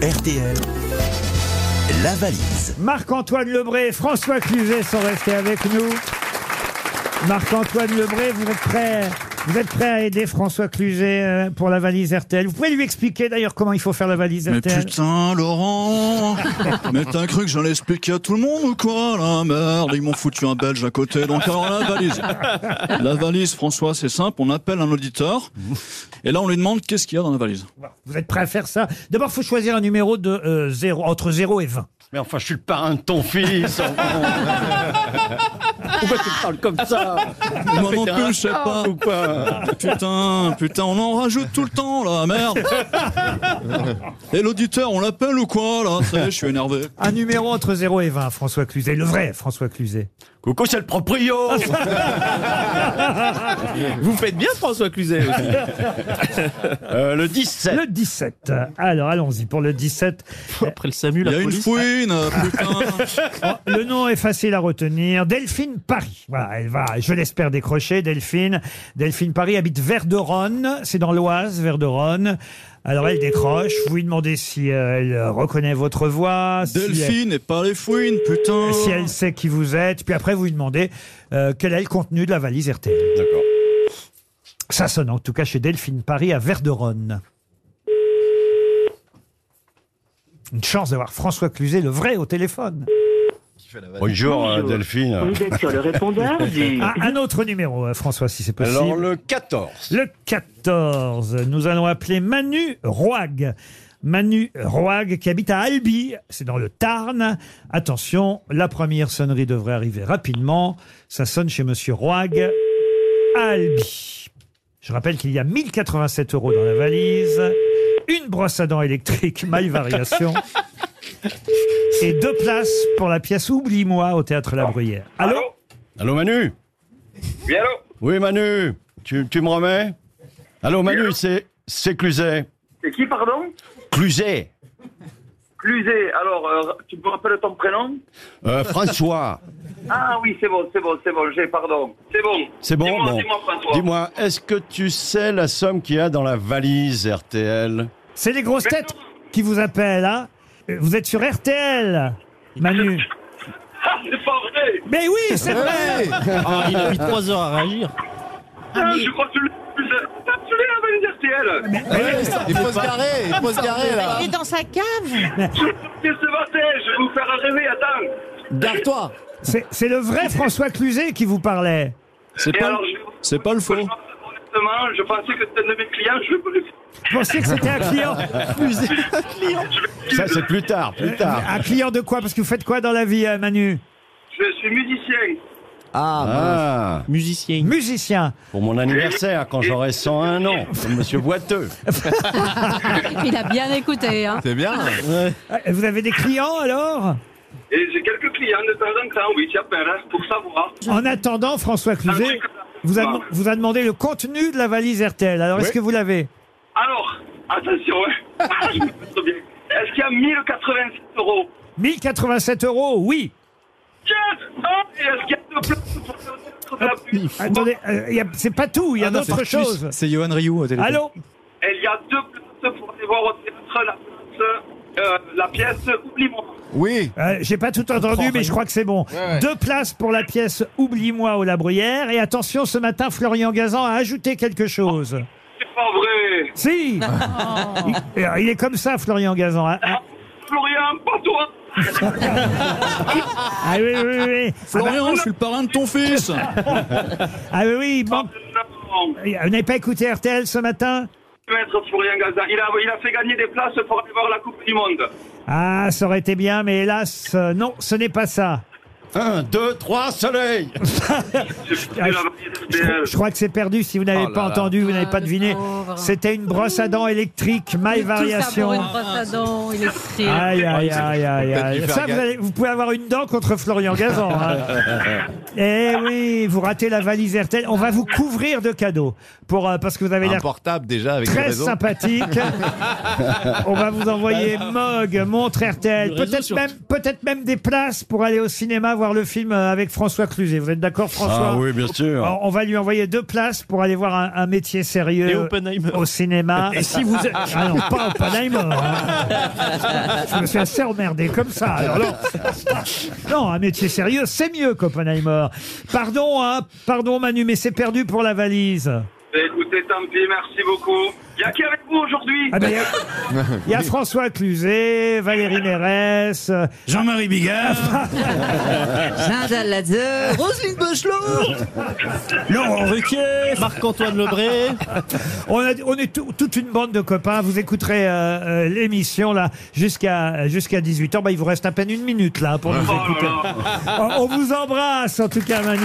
RTL, la valise. Marc-Antoine Lebré et François Cluzet sont restés avec nous. Marc-Antoine Lebré, vous êtes prêt vous êtes prêt à aider François Cluzet euh, pour la valise RTL. Vous pouvez lui expliquer d'ailleurs comment il faut faire la valise Mais RTL. putain, Laurent Mais t'as cru que j'allais expliquer à tout le monde ou quoi La merde, ils m'ont foutu un Belge à côté. Donc alors la valise. La valise, François, c'est simple. On appelle un auditeur et là on lui demande qu'est-ce qu'il y a dans la valise. Vous êtes prêt à faire ça D'abord, il faut choisir un numéro de euh, zéro- entre 0 et 20. Mais enfin, je suis le parrain de ton fils. Pourquoi tu me parles comme ça Moi non T'as plus, un je sais pas. ou quoi Putain, putain, on en rajoute tout le temps là, merde. Et l'auditeur, on l'appelle ou quoi là Ça y est, je suis énervé. Un numéro entre 0 et 20, François Cluzet. Le vrai François Cluzet. Coucou, c'est le proprio Vous faites bien François Cluzet aussi. Euh, Le 17. Le 17. Alors, allons-y pour le 17. Après le SAMU, Il la y a une police. fouine, putain. Le nom est facile à retenir. Delphine Paris. Voilà, elle va, je l'espère, décrocher. Delphine. Delphine Paris habite Verderonne. C'est dans l'Oise, Verderonne. Alors elle décroche. Vous lui demandez si euh, elle reconnaît votre voix. si elle- Delphine et pas les fouines, putain. Si elle sait qui vous êtes, puis après vous lui demandez euh, quel est le contenu de la valise RTL. D'accord. Ça sonne en tout cas chez Delphine Paris à Verderonne. Une chance d'avoir François Cluzet, le vrai, au téléphone. Bonjour, euh, Delphine. Vous êtes sur le répondeur du... Ah, un autre numéro, euh, François, si c'est possible. Alors, le 14. Le 14, nous allons appeler Manu Roig. Manu Roig qui habite à Albi, c'est dans le Tarn. Attention, la première sonnerie devrait arriver rapidement. Ça sonne chez Monsieur Roig à Albi. Je rappelle qu'il y a 1087 euros dans la valise, une brosse à dents électrique, maille variation, et deux places pour la pièce Oublie-moi au théâtre La Bruyère. Allô Allô, Manu Oui, allô Oui, Manu Tu, tu me remets Allô, Manu, c'est c'est Cluzet. C'est qui, pardon Cluzet Cluzet, alors, euh, tu peux rappeler ton prénom Euh, François Ah oui, c'est bon, c'est bon, c'est bon, j'ai, pardon. C'est bon. C'est bon, Dis-moi, bon. dis-moi, François. Dis-moi, est-ce que tu sais la somme qu'il y a dans la valise RTL C'est les grosses têtes qui vous appellent, hein Euh, Vous êtes sur RTL, Manu. Ah, c'est pas vrai Mais oui, c'est vrai Ah, il a mis 3 heures à réagir. Ah, Je crois que tu l'as tu l'as, la valise RTL Il faut se garer, il faut se garer là. Il est dans sa cave. Je vais sortir ce matin, je vais vous faire rêver, attends Garde-toi. C'est c'est le vrai François Cluzet qui vous parlait. C'est Et pas, alors, je vais vous- c'est pas le faux. Honnêtement, je pensais que c'était un de mes clients, je vais vous- Vous pensiez que c'était un client Ça, c'est plus tard, plus tard. Un client de quoi Parce que vous faites quoi dans la vie, euh, Manu je suis musicien. Ah, Ah, Musicien. Musicien. pour mon anniversaire, quand j'aurai 101 ans, comme Monsieur Boiteux. Il a bien écouté. Hein. c'est bien. Euh, Vous avez des clients alors Et j'ai quelques clients de temps en temps, oui, tiens, ben, hein, pour savoir. En attendant, François Cluzet vous a, vous a demandé le contenu de la valise RTL. Alors, est-ce que vous l'avez Alors, attention, hein. Ah, je me porte bien. Est-ce qu'il y a 1087 euros 1087 euros, oui. Yes Ah, et est-ce qu'il y a deux places Ah, pour faire le centre de la pub Attendez, euh, y a- c'est pas tout, il y a d'autres choses. C'est Johan Rioux au téléphone. Allô Et Il y a deux places pour aller voir au théâtre la, place, euh, la pièce Oublie-moi. Oui. Euh, J'ai pas tout entendu, mais je crois que c'est bon. Deux places pour la pièce Oublie-moi au La Bruyère. Et attention, ce matin, Florian Gazan a ajouté quelque chose. C'est pas vrai Si il, alors, il est comme ça, Florian Gazan. Ah, ah, Florian, pas toi ah oui, oui, oui, oui. Florian, Ah bah, je suis le parrain de ton fils. Ah oui, oui, il manque- Non, Vous n'avez pas écouté RTL ce matin Maître Florian Gazan, il a, il a fait gagner des places pour aller voir la Coupe du Monde. Ah, ça aurait été bien, mais hélas, euh, non, ce n'est pas ça. Un, deux, trois, soleil C'est Ah, la Je, valise je crois que c'est perdu si vous n'avez pas entendu, vous n'avez Ah, pas le deviné. pauvre. C'était une brosse à dents électrique, maille Tout ça pour variation. une brosse à dents électrique. Aïe, aïe, aïe, aïe, Peut-être aïe. lui faire Ça, vous, gagner. allez- vous pouvez avoir une dent contre Florian Gazan. hein. eh oui, vous ratez la valise RTL. On va vous couvrir de cadeaux. Pour, euh, parce que vous avez Un l'air portable déjà avec le très réseau. sympathique. On va vous envoyer mug, montre RTL, Le réseau peut-être surtout. même, peut-être même des places pour aller au cinéma voir le film euh, avec François Cluzet. Vous êtes d'accord, François Ah oui, bien sûr. Alors, On va lui envoyer deux places pour aller voir un, un métier Et sérieux. Oppenheimer. au cinéma. Et si vous... Ah non, pas Oppenheimer. hein. Je me suis assez emmerdé comme ça. Alors non. Non, un métier sérieux, c'est mieux qu'Oppenheimer. Pardon, hein, pardon Manu, mais c'est perdu pour la valise. Écoutez, tant pis, merci beaucoup. Il y a qui avec vous aujourd'hui Ah ben, il y a- il y, a François Cluzet, Valérie Mérès, euh, Jean-Marie Bigard, Jean Lazare, Roselyne Bachelot Laurent Ruquier, Marc-Antoine Lebré. on, a- on est tout- toute une bande de copains. Vous écouterez euh, euh, l'émission là jusqu'à jusqu'à 18h. Bah, il vous reste à peine une minute là pour nous Oh écouter. On, on vous embrasse en tout cas, Manu.